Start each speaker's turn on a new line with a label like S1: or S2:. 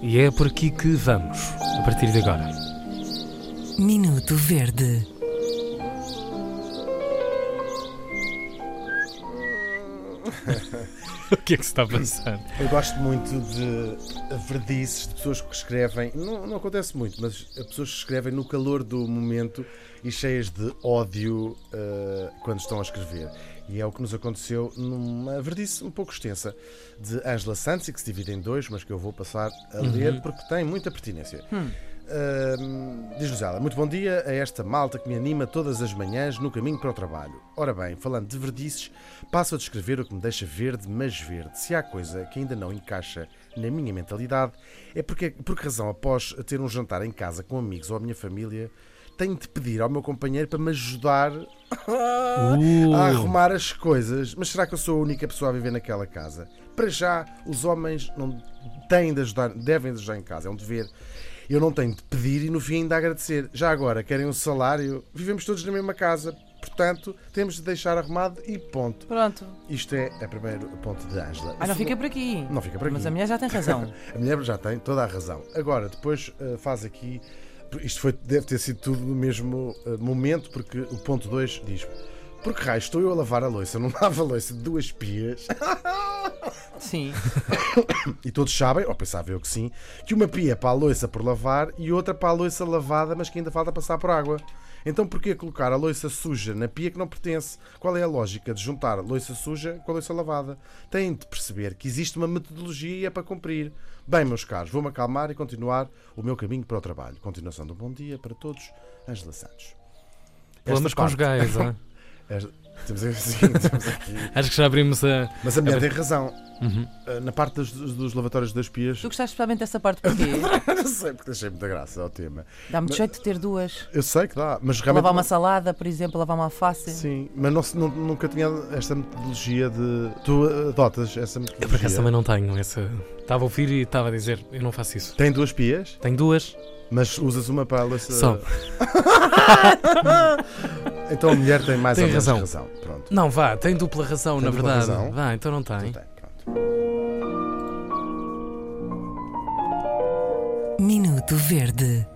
S1: E é por aqui que vamos, a partir de agora.
S2: Minuto Verde.
S1: O que é que se está a passar?
S3: Eu gosto muito de verdices, de pessoas que escrevem, não, não acontece muito, mas pessoas que escrevem no calor do momento e cheias de ódio eh, quando estão a escrever. E é o que nos aconteceu numa verdice um pouco extensa de Angela Sansi, que se divide em dois, mas que eu vou passar a ler porque tem muita pertinência. Ahm, Diz-nos ela, muito bom dia a esta malta que me anima todas as manhãs no caminho para o trabalho. Ora bem, falando de verdices, passo a descrever o que me deixa verde, mas verde. Se há coisa que ainda não encaixa na minha mentalidade, é porque, por que razão, após ter um jantar em casa com amigos ou a minha família, tenho de pedir ao meu companheiro para me ajudar
S1: Uh.
S3: a arrumar as coisas. Mas será que eu sou a única pessoa a viver naquela casa? Para já, os homens não têm de ajudar, devem de ajudar em casa, é um dever. Eu não tenho de pedir e no fim ainda agradecer. Já agora, querem um salário? Vivemos todos na mesma casa, portanto, temos de deixar arrumado e ponto.
S4: Pronto.
S3: Isto é a primeiro ponto de Angela.
S4: Ah, não fica por aqui.
S3: Não fica por aqui.
S4: Mas a mulher já tem razão.
S3: A mulher já tem toda a razão. Agora, depois eh, faz aqui. Isto foi, deve ter sido tudo no mesmo eh, momento, porque o ponto 2 diz: Porque raio, estou eu a lavar a louça, não lavo a louça de duas pias.
S4: Sim.
S3: E todos sabem, ou pensava eu que sim, que uma pia é para a louça por lavar e outra para a louça lavada, mas que ainda falta passar por água. Então porquê colocar a louça suja na pia que não pertence? Qual é a lógica de juntar louça suja com a louça lavada? Têm de perceber que existe uma metodologia e é para cumprir. Bem, meus caros, vou-me acalmar e continuar o meu caminho para o trabalho. Continuação do bom dia para todos. Angela Santos.
S1: Problemas
S3: Esta parte-
S1: conjugais, hã?
S3: Esta- Temos aqui- sim, temos aqui.
S1: Acho que já abrimos a.
S3: Mas a mulher tem razão. Ah, Na parte dos, dos lavatórios das pias,
S4: Tu gostaste especialmente dessa parte porquê?
S3: não sei porque achei muita graça ao tema.
S4: Dá muito jeito de ter duas.
S3: Eu sei que dá, mas realmente.
S4: Lavar uma salada, por exemplo, lavar uma alface.
S3: Sim, mas não se- nu- nunca tinha esta metodologia de. Tu adotas essa
S1: Eu por acaso
S3: metodologia?
S1: também não tenho essa. Estava a ouvir e estava a dizer, eu não faço isso.
S3: Tem duas pias,
S1: Tenho duas.
S3: mas usas uma para a louça.
S1: Só.
S3: Então a mulher tem mais
S1: Tem
S3: ou menos
S1: razão.
S3: razão. Pronto.
S1: Não, vá, tem dupla razão,
S3: Tem
S1: na
S3: dupla
S1: verdade.
S3: razão.
S1: Vá, então não tem.
S3: Então tem, pronto.
S2: Minuto Verde.